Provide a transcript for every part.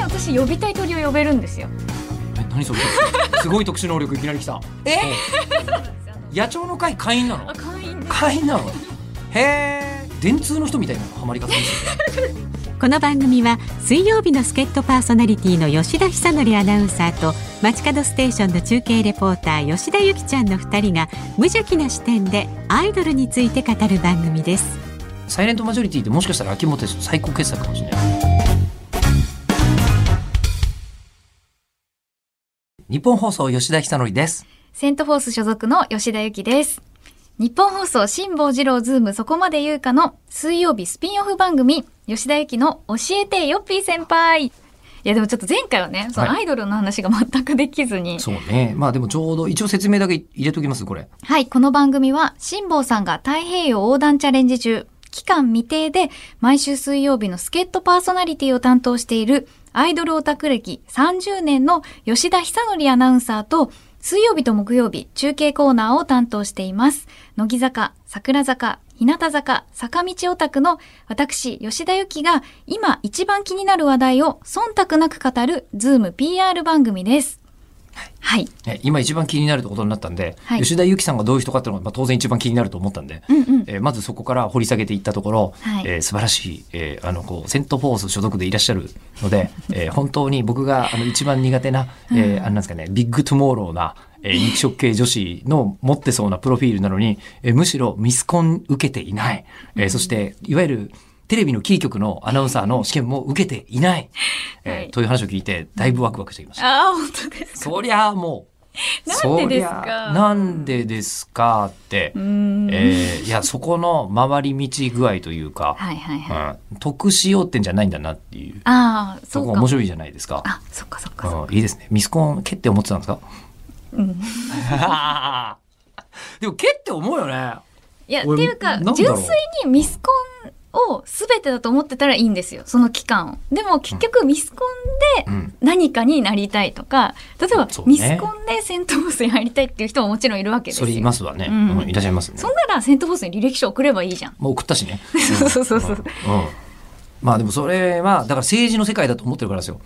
私呼びたい鳥を呼べるんですよえ何それ すごい特殊能力いきなり来たえ野鳥の会会員なのあ会員会員なのへえ電通の人みたいなハマり方ですねこの番組は水曜日の助っ人パーソナリティの吉田久典アナウンサーと街角ステーションの中継レポーター吉田ゆきちゃんの2人が無邪気な視点でアイドルについて語る番組ですサイレントマジョリティってもしかしたら秋元哲最高傑作かもしれない日本放送吉田久典ですセントフォース所属の吉田由紀です。日本放送辛坊治郎ズームそこまで言うかの水曜日スピンオフ番組吉田由紀の教えてよっぴー先輩。いやでもちょっと前回はね、そのはアイドルの話が全くできずに。そうねまあでもちょうど一応説明だけ入れときますこれはい、この番組は辛坊さんが太平洋横断チャレンジ中、期間未定で毎週水曜日の助っ人パーソナリティを担当しているアイドルオタク歴30年の吉田久典アナウンサーと水曜日と木曜日中継コーナーを担当しています。乃木坂、桜坂、日向坂、坂道オタクの私、吉田由紀が今一番気になる話題を忖度なく語るズーム PR 番組です。はい。ね今一番気になるってことになったんで、はい吉田由紀さんがどういう人かっていうのが、まあ、当然一番気になると思ったんで、うんうん。えーまずそこから掘り下げていったところ、はいえー素晴らしい、えーあのこうセント・フォース所属でいらっしゃる ので、えー本当に僕があの一番苦手な、えーあれなんですかねビッグ・トゥモローな、えー肉食系女子の持ってそうなプロフィールなのに、えーむしろミスコン受けていない、えーそしていわゆるテレビのキー局のアナウンサーの試験も受けていない、えーはいという話を聞いてだいぶワクワクしてきました。ああ、本当ですか。そりゃあも う。なんでですかそりゃあなんでですかって。んえーいや、そこの回り道具合というか、はいはいはい。うん、得しようってんじゃないんだなっていう。ああ、そそこうがか面。白いじゃないですか。あ、そっかそっかそっか。うん、いいですね。ミスコン、けって思ってたん ですかうん。でも、けって思うよね。いや、って俺いうか、なんだろう純粋にミスコンを全てだと思ってたらいいんですよ、その期間を。でも結局ミスコンでうん。何かになりたいとか、例えば、そうねミスコンでセントフォースに入りたいっていう人ももちろんいるわけですそよ。れいますわね。うんうん、いらっしゃいますねそ。んならセントフォースに履歴書送ればいいじゃん。もう送ったしね。 そうそうそうそうんんまあでもそれは、だから政治の世界だと思ってるからですよ。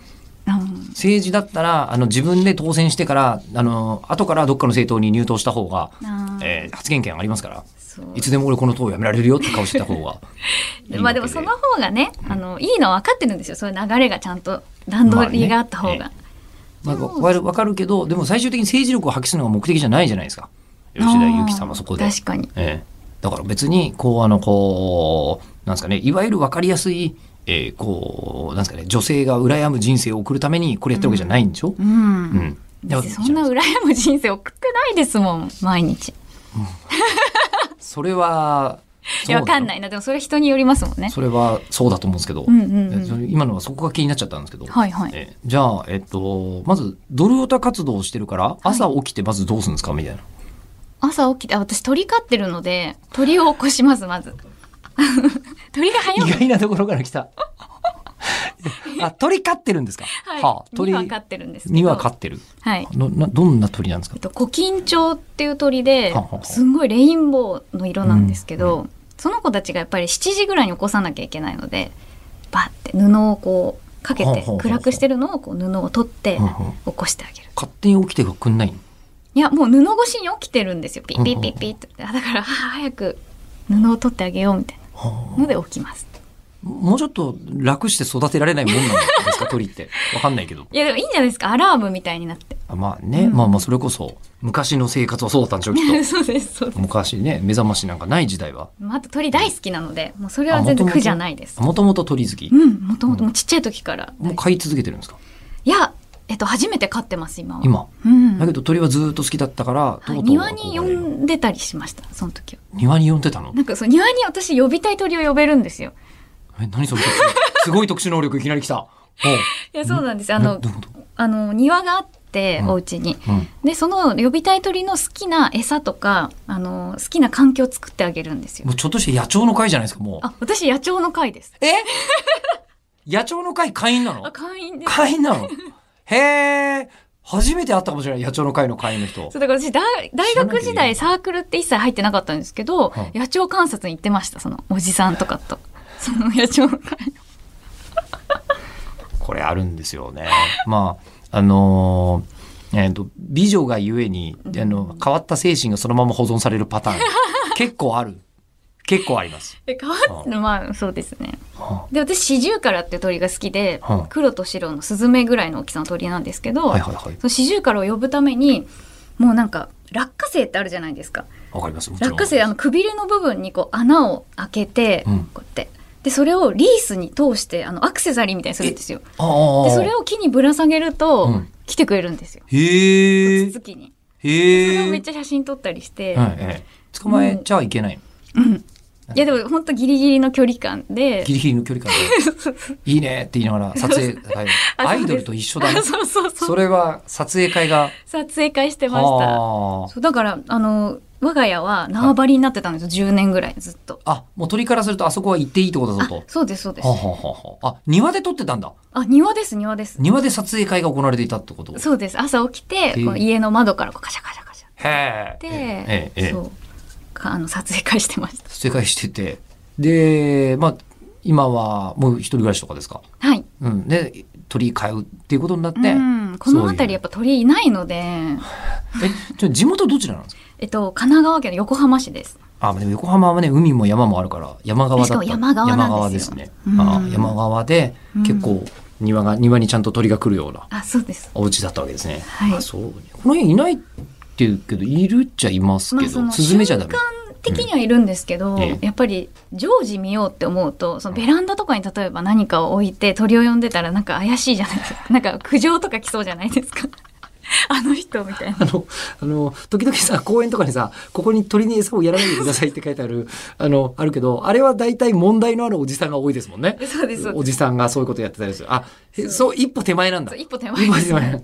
うん政治だったらあの自分で当選してからあの後からどっかの政党に入党した方が、あーえー発言権ありますからそういつでも俺この党を辞められるよって顔してた方がい いまわあけでもその方がね、あの、いいのは分かってるんですよ。そういう流れがちゃんと段取りがあった方まあがね。なんかわるわかるけどでも最終的に政治力を発揮するのが目的じゃないじゃないですか吉田由紀さんはそこであー確かに。ええだから別にこうあのこうなんですかねいわゆる分かりやすい、えーこうなんですかね女性が羨む人生を送るためにこれやってるわけじゃないんでしょ、う。うんんだからそんな羨む人生送ってないですもん毎日それはいやわかんないいなでもそれ人によりますもんねそれはそうだと思うんですけど、うんうんうんえそれ今のはそこが気になっちゃったんですけど、はいはいえじゃあ、えっと、まずドルオタ活動をしてるから朝起きてまずどうするんですかみたいな。朝起きてあ私鳥飼ってるので鳥を起こしますまず 鳥が早意い外なところから 来た。あ鳥飼ってるんですか、はあい、鳥2羽飼ってるんですけどには飼ってるはいのなどんな鳥なんですかえっとコキンチョウっていう鳥ではははすんごいレインボーの色なんですけど、その子たちがやっぱり7時ぐらいに起こさなきゃいけないのでバッて布をこうかけははてはは暗くしてるのをこう布を取ってはは起こしてあげる勝手に起きてくんないのいやもう布越しに起きてるんですよピッピッピッピッってあだからあ早く布を取ってあげようみたいなので起きますもうちょっと楽して育てられないもんなんですか鳥ってわかんないけどいやでもいいんじゃないですかアラームみたいになってあまあね、まあまあそれこそ昔の生活はそうだったんでしょうきっそうですそうでと昔ね目覚ましなんかない時代はすまああと鳥大好きなのでもうそれは全然苦じゃないですもともと鳥好きう。んもともともうちっちゃい時からもう飼い続けてるんですか。いやえっと初めて飼ってます今は今。うんだけど鳥はずっと好きだったから、はいとうとう庭に呼憧れるんでたりしましたその時は庭に呼んでたの。なんかそう庭に私呼びたい鳥を呼べるんですよえ、何それ。 すごい特殊能力いきなり来た。おういやそうなんですえあのどういうことあの庭があってうんお家にうん。でその呼びたい鳥の好きな餌とかあの好きな環境を作ってあげるんですよも。うちょっとして野鳥の会じゃないですか。もう。あ私野鳥の会です。え。 野鳥の会会員なのあ。会員です。会員なの。へえ。初めて会ったかもしれない。野鳥の会の会員の人そ。うだから私大大学時知らない代サークルって一切入ってなかったんですけど、はい野鳥観察に行ってましたそのおじさんとかとその野鳥の会これあるんですよね。まああのーえっと美女がゆえにあの変わった精神がそのまま保存されるパター ン結構ある結構あります。え変わっまあそうですねはで私シジュウカラって鳥が好きで、うん黒と白のスズメぐらいの大きさの鳥なんですけど、あはいはいはいそのシジュウカラを呼ぶためにもうなんか落花生ってあるじゃないですかわかります。もちろん落花生あのくびれの部分にこう穴を開けて、うんこうやってでそれをリースに通してあのアクセサリーみたいにするんですよああああでそれを木にぶら下げると、うん来てくれるんですよへえ筒木にそれをへめえっちゃ写真撮ったりして、はいええ捕まえちゃいけないの。いやでも本当ギリギリの距離感でギリギリの距 離感でいいねって言いながら撮影会あ アそうですイドルと一緒だね そうそうそうそれは撮影会が撮影会してましたはそうだからあの我が家は縄張りになってたんですよ、10年ぐらいずっとああもう鳥からするとあそこは行っていいとこだぞあとそうですそうですはあはあはあはああ庭で撮ってたんだあ庭です庭です庭で撮影会が行われていたってことそうです朝起きてえこう家の窓からこうカシャカシャカシャへでえええええそうか あの撮影会してました撮影会しててでまあ今はもう一人暮らしとかですかはい、うんで鳥飼うっていうことになってうん、この辺りやっぱ鳥いないので えちょ地元どちらなんですかえっと神奈川県の横浜市ですあでも横浜はね海も山もあるから山側だったしかも山側なんですよ山ですね、うんあ山側でうん結構庭が庭にちゃんと鳥が来るようなあそうですお家だったわけですね、はいあそうこの辺いないっていうけどいるっちゃいますけど、まあ、スそズメのじゃ瞬ダメ間的にはいるんですけど、うんええやっぱり常時見ようって思うとそのベランダとかに例えば何かを置いて鳥を呼んでたらなんか怪しいじゃないですかなん か苦情とか来そうじゃないですか あの人みたいなあの、あの、時々さ、公園とかにさ、ここに鳥に餌をやらないでくださいって書いてある、あの、あるけど、あれは大体問題のあるおじさんが多いですもんね。そうですそうですおじさんがそういうことやってたりする。あ、えそう、一歩手前なんだ。そう一歩手一前歩手 前。そ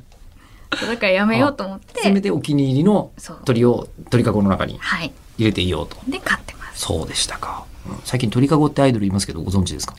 うだからやめようと思っせめててお気に入りのそう鳥を鳥かごの中にはい入れていようと。で飼ってますそうでしたか。うん最近鳥かごってアイドルいますけど、ご存知ですか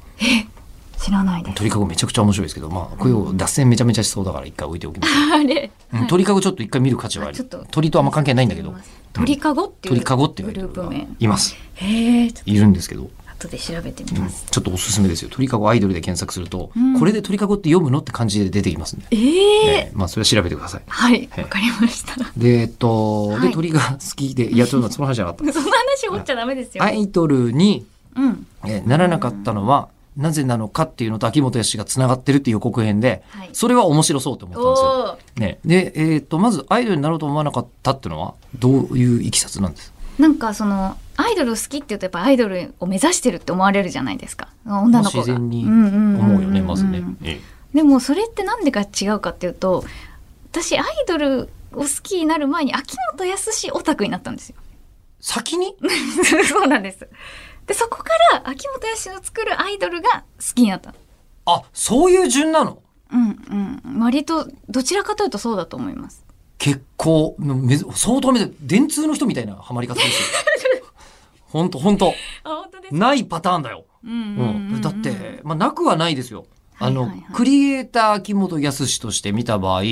知らないです鳥かごめちゃくちゃ面白いですけど、まあ、これを脱線めちゃめちゃしそうだから一回置いておきます。 あれうん鳥かごちょっと一回見る価値はああるちょっと。鳥とあんま関係ないんだけど、鳥かごっていう鳥かごっていうアグイドルールプが名います。へえちょっいるんですけど、と後で調べてみます、ちょっとおすすめですよ。鳥かごアイドルで検索すると、うんこれで鳥かごって読むのって感じで出てきますね。ええええまあそれは調べてください。はいえわかりました で、えっと、はいで鳥が好きで、いやちょ っとその話じゃなかっその話掘っちゃダメですた。よ、アイドルに、うんえならなかったのは、なぜなのかっていうのと秋元康がつながってるっていう予告編で、はいそれは面白そうと思ったんですよ。おおね、で、えっと、まずアイドルになろうと思わなかったっていうのは、どういういきさつなんですかなんかそのアイドルを好きって言うとやっぱアイドルを目指してるって思われるじゃないですか女の子が自然にんんんん思うよね、まずね。えでもそれってなんでか違うかっていうと私アイドルを好きになる前に秋元康オタクになったんですよ え先にそうなんですでそこから秋元康の作るアイドルが好きになったあ、そういう順なのうんうん割とどちらかというとそうだと思います結構めず相当めず電通の人みたいなハマり方で すよほんとほんとあ本当でかないパターンだよ、うんううんんうんうんだって、まあ、なくはないですよあの、はいはいはいクリエイター秋元康として見た場合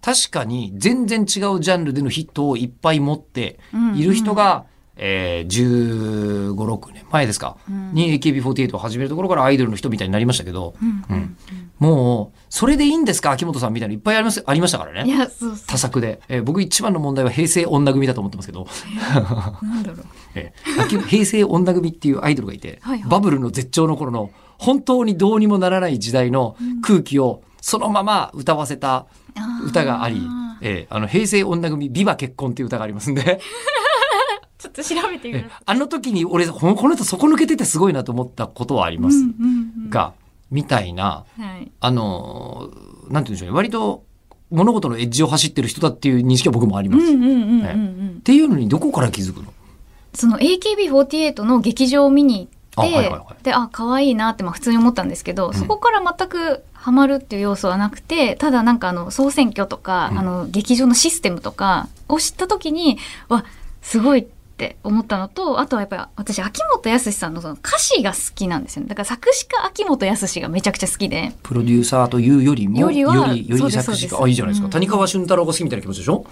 確かに全然違うジャンルでのヒットをいっぱい持っている人が、えー、1 5 6年前ですか、うんに AKB48 を始めるところからアイドルの人みたいになりましたけど、うんううんんもうそれでいいんですか秋元さんみたいなのいっぱいありますありましたからねいやそうそ多作で、えー僕一番の問題は平成女組だと思ってますけど、うなんだろうえー秋平成女組っていうアイドルがいてはいはいバブルの絶頂の頃の本当にどうにもならない時代の空気をそのまま歌わせたあー歌がありえーあの平成女組「ビバ結婚」っていう歌がありますんでちょっと調べてみえまーすあの時に俺このこの人底抜けててすごいなと思ったことはありますうんうんうんが、みたいなはい、あのーなんて言うんでしょうね割と物事のエッジを走ってる人だっていう認識は僕もありうまんす。うっんうんうんうえん、ていうのにどこから気づくのその AKB48 の劇場を見に行ってあはいはいはであ可愛いなってまあ普通に思ったんですけど、んそこから全くハマるっていう要素はなくてただなんかあの総選挙とか、うんあの劇場のシステムとかを知った時にわすごいって思ったのとあとはやっぱり私秋元康さんのその歌詞が好きなんですよねだから作詞家秋元康がめちゃくちゃ好きでプロデューサーというよりもよよりりはよりそうです作詞そうで家すあいいじゃないですか、うん谷川俊太郎が好きみたいな気持ちでしょ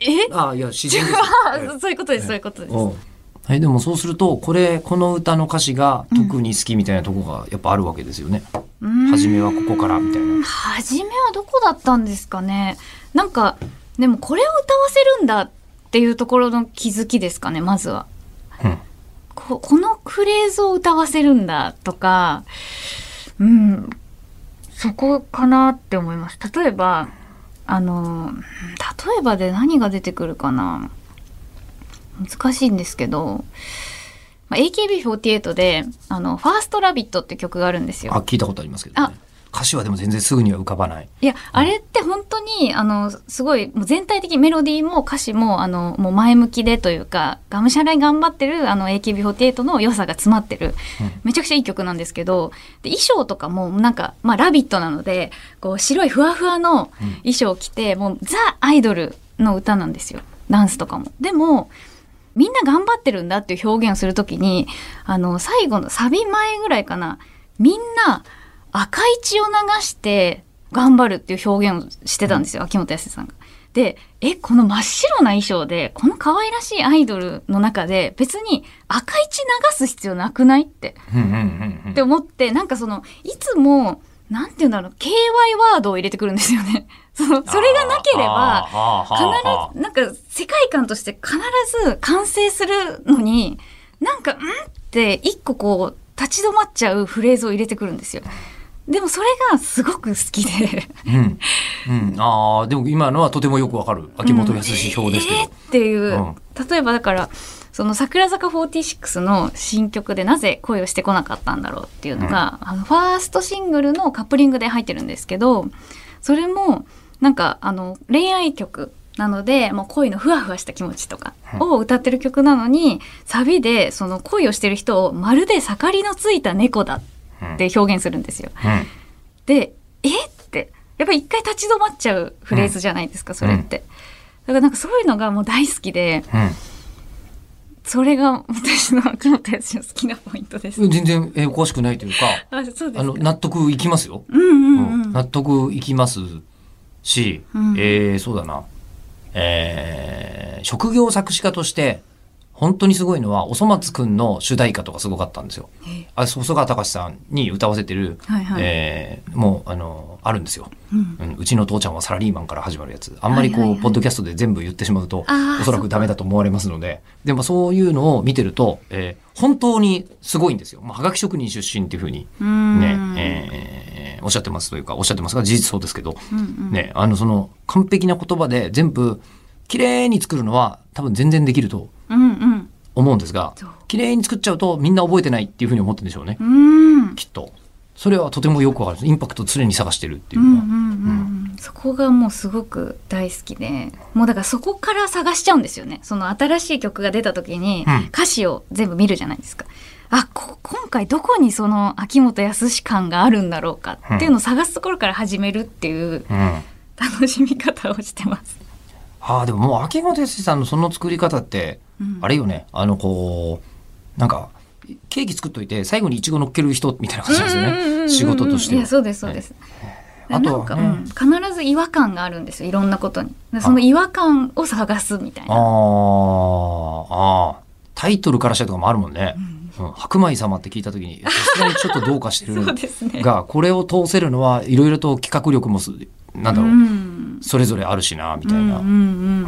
えあいや自 然ですえあそういうことですそういうことです。うんえでもそうするとこれこの歌の歌詞が特に好きみたいなとこがやっぱあるわけですよね、うーん初めはここからみたいな。初めはどこだったんですかねなんかでもこれを歌わせるんだっていうところの気づきですかねまずはうんここのフレーズを歌わせるんだとかうんそこかなって思います例えばあのうん例えばで何が出てくるかな難しいんですけど、まあ、AKB48 であの「ファーストラビットって曲があるんですよあ、聞いたことありますけど、ね。歌詞はでも全然すぐには浮かばない。いや、あれって本当に、あの、すごい、もう全体的にメロディーも歌詞も、あの、もう前向きでというか、がむしゃらに頑張ってる、あの、AKB48 の良さが詰まってる、めちゃくちゃいい曲なんですけど、で衣装とかも、なんか、まあ、ラビットなので、こう、白いふわふわのうん衣装を着て、もう、ザ・アイドルの歌なんですよ。ダンスとかも。でも、みんな頑張ってるんだっていう表現をするときに、あの、最後のサビ前ぐらいかな、みんな赤い血を流して頑張るっていう表現をしてたんですよ、秋元康さんが。で、え、この真っ白な衣装で、この可愛らしいアイドルの中で、別に赤い血流す必要なくないって。うんうんうんうんって思って、なんかその、いつも、なんて言うんだろう、KY ワードを入れてくるんですよね。 その、それがなければ、あー必はあはあはあず、なんか世界観として必ず完成するのに、なんか、んって一個こう、立ち止まっちゃうフレーズを入れてくるんですよ。でもそれがすごく好きで。うん、うん、ああでも今のはとてもよくわかる秋元康表ですけど、えーっていう、うん例えばだからその桜坂46の新曲でなぜ恋をしてこなかったんだろうっていうのが、あのファーストシングルのカップリングで入ってるんですけどそれもなんかあの恋愛曲なのでもう恋のふわふわした気持ちとかを歌ってる曲なのにサビでその恋をしてる人をまるで盛りのついた猫だって表現するんですよ。うんで、えって、やっぱり一回立ち止まっちゃうフレーズじゃないですか、それって。だからなんかそういうのがもう大好きで、それが私の秋元康の好きなポイントです。うん、全然、えーおかしくないというかあ、そうであすのか。納得いきますよ、うんうんうん。うん納得いきますし、うんえーそうだな、えー職業作詞家として本当にすごいのはおそ松くんの主題歌とかすごかったんですよ。えあ細川隆さんに歌わせてる、はいはいえーもうあのあるんですよ。うんうん、うちの父ちゃんはサラリーマンから始まるやつあんまりこう、はいはいはいポッドキャストで全部言ってしまうとあーおそらくダメだと思われますのででもそういうのを見てると、えー本当にすごいんですよ、まあ、はがき職人出身っていうふうにうーんね、えーおっしゃってますというかおっしゃってますが事実そうですけど、うんうんね、あのその完璧な言葉で全部綺麗に作るのは多分全然できるとうんうん。思うんですがそう綺麗に作っちゃうとみんな覚えてないっていうふうに思ってるんでしょうねうーん。きっと。それはとてもよくわかるんですインパクトを常に探してるっていううのんは。うんうんうん、そこがもうすごく大好きでもうだからそこから探しちゃうんですよねその新しい曲が出た時にうん歌詞を全部見るじゃないですか、あこ今回どこにその秋元康感があるんだろうかっていうのを探すところから始めるっていううん楽しみ方をしてます。ああでももう秋元康さんのその作り方って、うんあれよねあのこうなんかケーキ作っといて最後にイチゴ乗っける人みたいな感じなんですようんうんうんうんうねん仕事としていはやそうですそうです、えあとはなんか、ねうん、必ず違和感があるんですよいろんなことにでその違和感を探すみたいあーなあータイトルからしたりとかもあるもんね、うん白米様って聞いた 時にさすがにちょっとどうかしてるそうですねがこれを通せるのはいろいろと企画力もすなんだろう、うんそれぞれあるしなみたいな、うんうんうん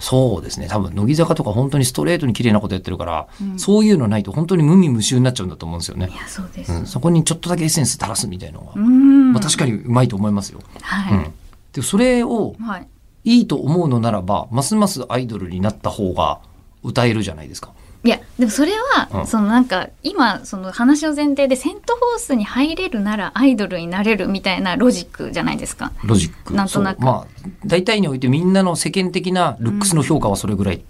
そうですね多分乃木坂とか本当にストレートに綺麗なことやってるから、うんそういうのないと本当に無味無臭になっちゃうんだと思うんですよねい。やそうです、うん、そこにちょっとだけエッセンス垂らすみたいなのは、うんまあ、確かにうまいと思いますよ。はい、うん、でそれをはい、いいと思うのならばますますアイドルになった方が歌えるじゃないですか。いやでもそれは、うんそのなんか今その話の前提でセント・フォースに入れるならアイドルになれるみたいなロジックじゃないですか。ロジックなんとなくそうまあ大体においてみんなの世間的なルックスの評価はそれぐらい、い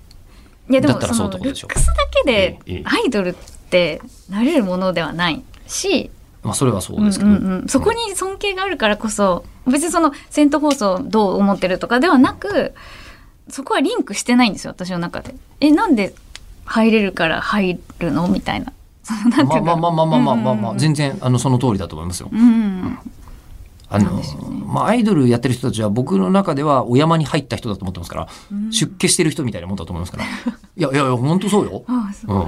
やでだもったらそそうのってことルでしッょクスだけでええええアイドルってなれるものではないしまあ、それはそううんですけど、うんうん、そこに尊敬があるからこそ別にそのセント・フォースをどう思ってるとかではなくそこはリンクしてないんですよ私の中で。えなんで入れるから入るのみたいな。そのなんていまあうんだろうまあまあまあまあまあまあ、まあうんうんうん全然あのその通りだと思いますよ。うんうんあなんのですよねまあ、アイドルやってる人たちは僕の中ではお山に入った人だと思ってます から、出家してる人みたいなもんだと思いますからいやいやいや本当そうよ。ああそううん、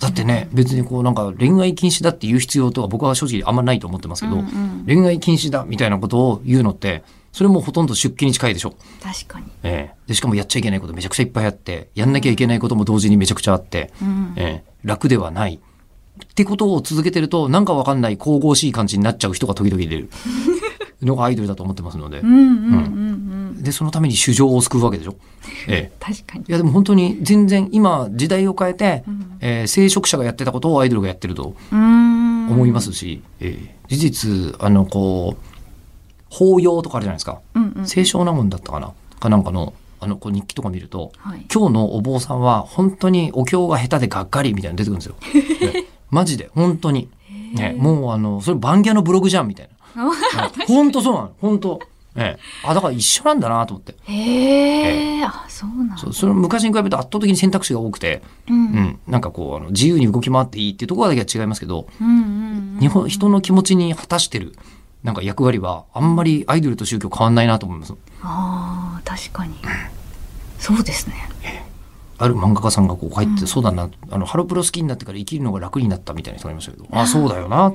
だってね、別にこうなんか恋愛禁止だって言う必要とは僕は正直あんまないと思ってますけうど、んうん恋愛禁止だみたいなことを言うのって、それもほとんど出家に近いでしょ。確かに。ええで、しかもやっちゃいけないことめちゃくちゃいっぱいあって、やんなきゃいけないことも同時にめちゃくちゃあって、うんええ楽ではない。ってことを続けてると、なんかわかんない神々しい感じになっちゃう人が時々 出るのがアイドルだと思ってますのでう。んうんうんうん。で、そのために衆生を救うわけ でしょ。ええ確かにい。やでも本当に全然今時代を変えて、えー聖職者がやってたことをアイドルがやってると思思いま。すし、えー事実あのこう法要とかあるじゃないですか、うんうん。清少納言だったかなかなんかのあのこう日記とか見ると、はい。今日のお坊さんは本当にお経が下手でがっかりみたいなの出てくるんですよ。 ねマジで本当に、ね、もうあのそれ番屋のブログじゃんみたいな。はい本当そうなの本当。ええあだから一緒なんだなと思ってへえ。あ、そうなんだ。そうそれは昔に比べて圧倒的に選択肢が多くて、うんう。ん、なんかこうあの自由に動き回っていいっていうところだけは違いますけどうんうんうん。日本人の気持ちに果たしてるなんか役割はあんまりアイドルと宗教変わんないなと思いますああ、確かに。そうですね。ある漫画家さんがこう入って、そうだなあのハロプロ好きになってから生きるのが楽になったみたいな人がいましたけどあそうだよな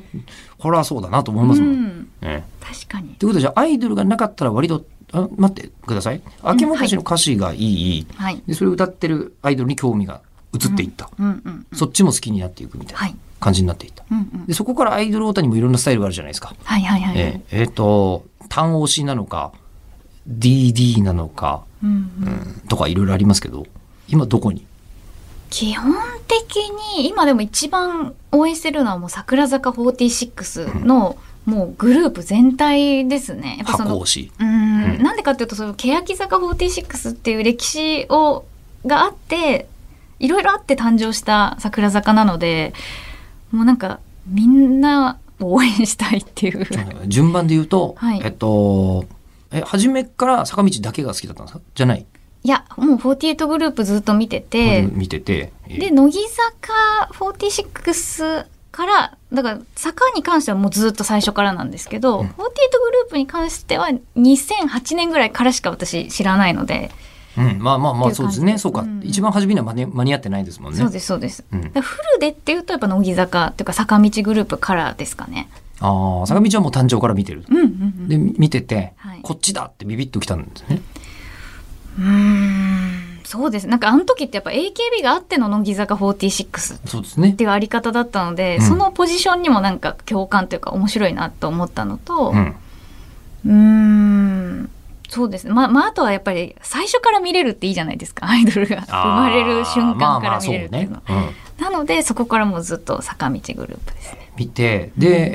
これはそうだなと思いますもん。うんね確かにっ。てことでじゃあアイドルがなかったら割とあ待ってください秋元氏の歌詞がいい、はい。でそれを歌ってるアイドルに興味が移っていった、うんうん。そっちも好きになっていくみたいは。ない感じになっていった。うんうん。でそこからアイドルオタにもいろんなスタイルがあるじゃないですか。はいはいはい。えーえーと単押しなのか DD なのか、うんうんとかいろいろありますけど今どこに基本的に今でも一番応援してるのはもう桜坂46のもうグループ全体ですね。やっぱそ箱の押しうーうんんなんでかっていうとその欅坂46っていう歴史をがあっていろいろあって誕生した桜坂なのでもうなんかみんなを応援したいっていう。順番で言うと、はいえっとえ初めから坂道だけが好きだったんですかじゃない、 いやもう48グループずっと見てて。見てて、えーで乃木坂46からだから坂に関してはもうずっと最初からなんですけど、うん48グループに関しては2008年ぐらいからしか私知らないので、うん、まあまあまっあていう感じそうですねそうか、うん一番初めには間に間に合ってないですもんねそうですそうです。うんだからフルでっていうとやっぱ乃木坂っていうか坂道グループからですかね。ああ坂道はもう誕生から見てる、うんうんうん。で見てて、はいこっちだってビビッときたんですねうーんそうですなんかあの時ってやっぱ AKB があっての乃木坂46っそうですねていうあり方だったので、うんそのポジションにもなんか共感というか面白いなと思ったのと、うんうーんそうですね。まあ、まあ、あとはやっぱり最初から見れるっていいじゃないですか。アイドルが生まれる瞬間から見れるっていうのは。あーまあまあそうねうんなので、そこからもうずっと坂道グループですね。見てで、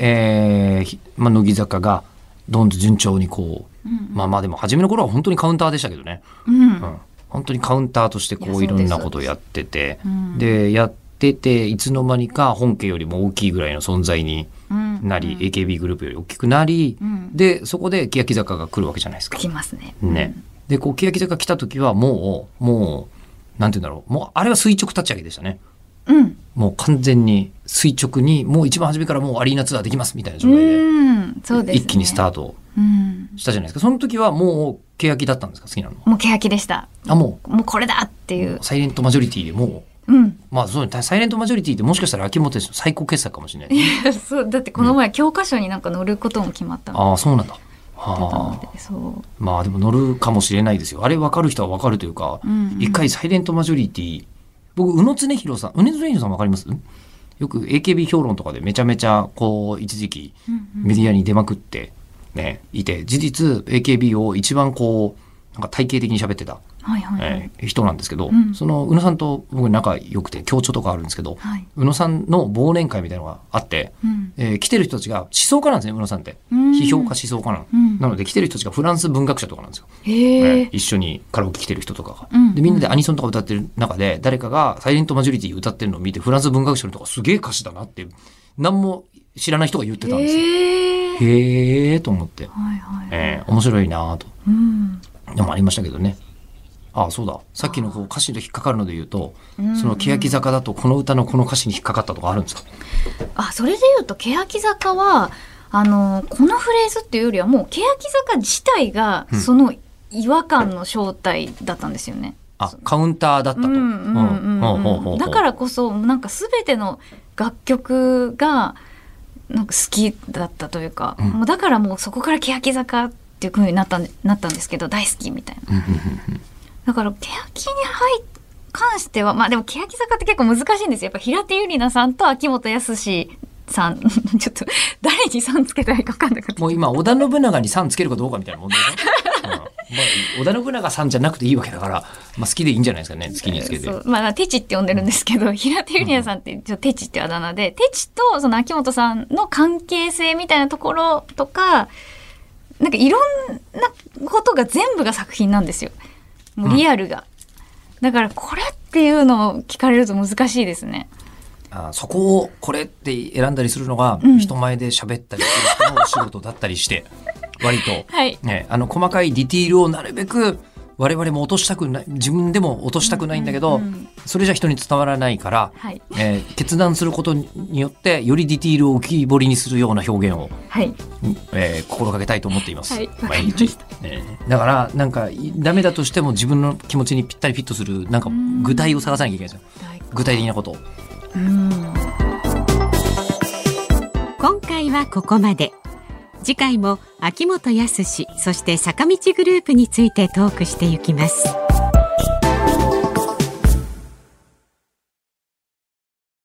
えーひまあ、乃木坂がどんどん順調にこうう、んまあまあでも初めの頃は本当にカウンターでしたけどね、うん。うん本当にカウンターとしてこういいやそろうですんなことをやっててうんで,、やってていつの間にか本家よりも大きいぐらいの存在にうんなり、AKB グループより大きくなり、うんでそこで欅坂が来るわけじゃないですか。きますね。ね、でこう欅坂来た時はもうもうなんて言うんだろうもうあれは垂直立ち上げでしたね。うん。もう完全に垂直にもう一番初めからもうアリーナツアーできますみたいなう状態でん。そうです、ね。一気にスタート。ートうん。したじゃないですかその時はもう欅だったんですか好きなのはもう欅でした。あももうこれだっていうう。サイレントマジョリティでもうん。うまあそうねサイレントマジョリティってもしかしたら秋元氏の最高傑作かもしれない そうだってこの前教科書になんか載ることも決まったのああそうなんだだったのああで、そう。まあでも乗るかもしれないですよあれ分かる人は分かるというかうんうん一回サイレントマジョリティ僕宇野常弘さん宇野常弘さん分かりますよく AKB 評論とかでめちゃめちゃこう一時期うんメディアに出まくって、ね、いて事実 AKB を一番こうなんか体系的に喋ってた、はいはいはい。えー人なんですけど、うんその宇野さんと僕仲良くて協調とかあるんですけど、はい。宇野さんの忘年会みたいなのがあって、うん。えー来てる人たちが思想家なんですね宇野さんってうん批評家思想家なの、うんなので来てる人たちがフランス文学者とかなんですよ、へええー。一緒にカラオケ来てる人とかが、うんでみんなでアニソンとか歌ってる中で誰かが「サイレントマジョリティ」歌ってるのを見てフランス文学者の人がすげえ歌詞だなって何も知らない人が言ってたんですよ。へえへえと思って、はいはい。えー面白いなぁとうん。でもありましたけどねああそうださっきのこう歌詞で引っかかるので言うと、んその欅坂だとこの歌のこの歌詞に引っかかったとかあるんですか、あ、それで言うと、欅坂は、あの、このフレーズっていうよりは、もう、欅坂自体がう、んその違和感の正体だったんですよね。あカウンターだったと。うんうんうんほうほうほううほんうだからこそなんか全ての楽曲がなんか好きだったというか、うんもうだからもうそこから欅坂っていう風になったんでなったんですけど大好きみたいな。うんうんだから欅に入関してはまあでも欅坂って結構難しいんですよ。やっぱ平手友梨奈さんと秋元康さん ちょっと誰にさんつけたらいいか分かんなかっ もうた。今織田信長にさんつけるかどうかみたいな問題ね。 うんまあ織田信長さんじゃなくていいわけだから、まあ、好きでいいんじゃないですかね好きにつけて。そうまあ、テチって呼んでるんですけど、平手友梨奈さんってちょっとテチってあだ名で、テチとその秋元さんの関係性みたいなところとか、なんかいろんなことが全部が作品なんですよ。もうリアルが。だからこれっていうのを聞かれると難しいですね。あそこをこれって選んだりするのがうん人前で喋ったりする人のお仕事だったりして 割と、はいね、あの細かいディティールをなるべく我々も落としたくない自分でも落としたくないんだけど、うんうんうんそれじゃ人に伝わらないから、はい。えー決断することによってよりディティールを浮き彫りにするような表現を、はい。えー心がけたいと思っています、はいわか毎りまし日、えーだからなんかいダメだとしても自分の気持ちにぴったりフィットするなんか具体を探さなきゃいけないですよ具体的なことを。うん今回はここまで次回も秋元康そして坂道グループについてトークしていきます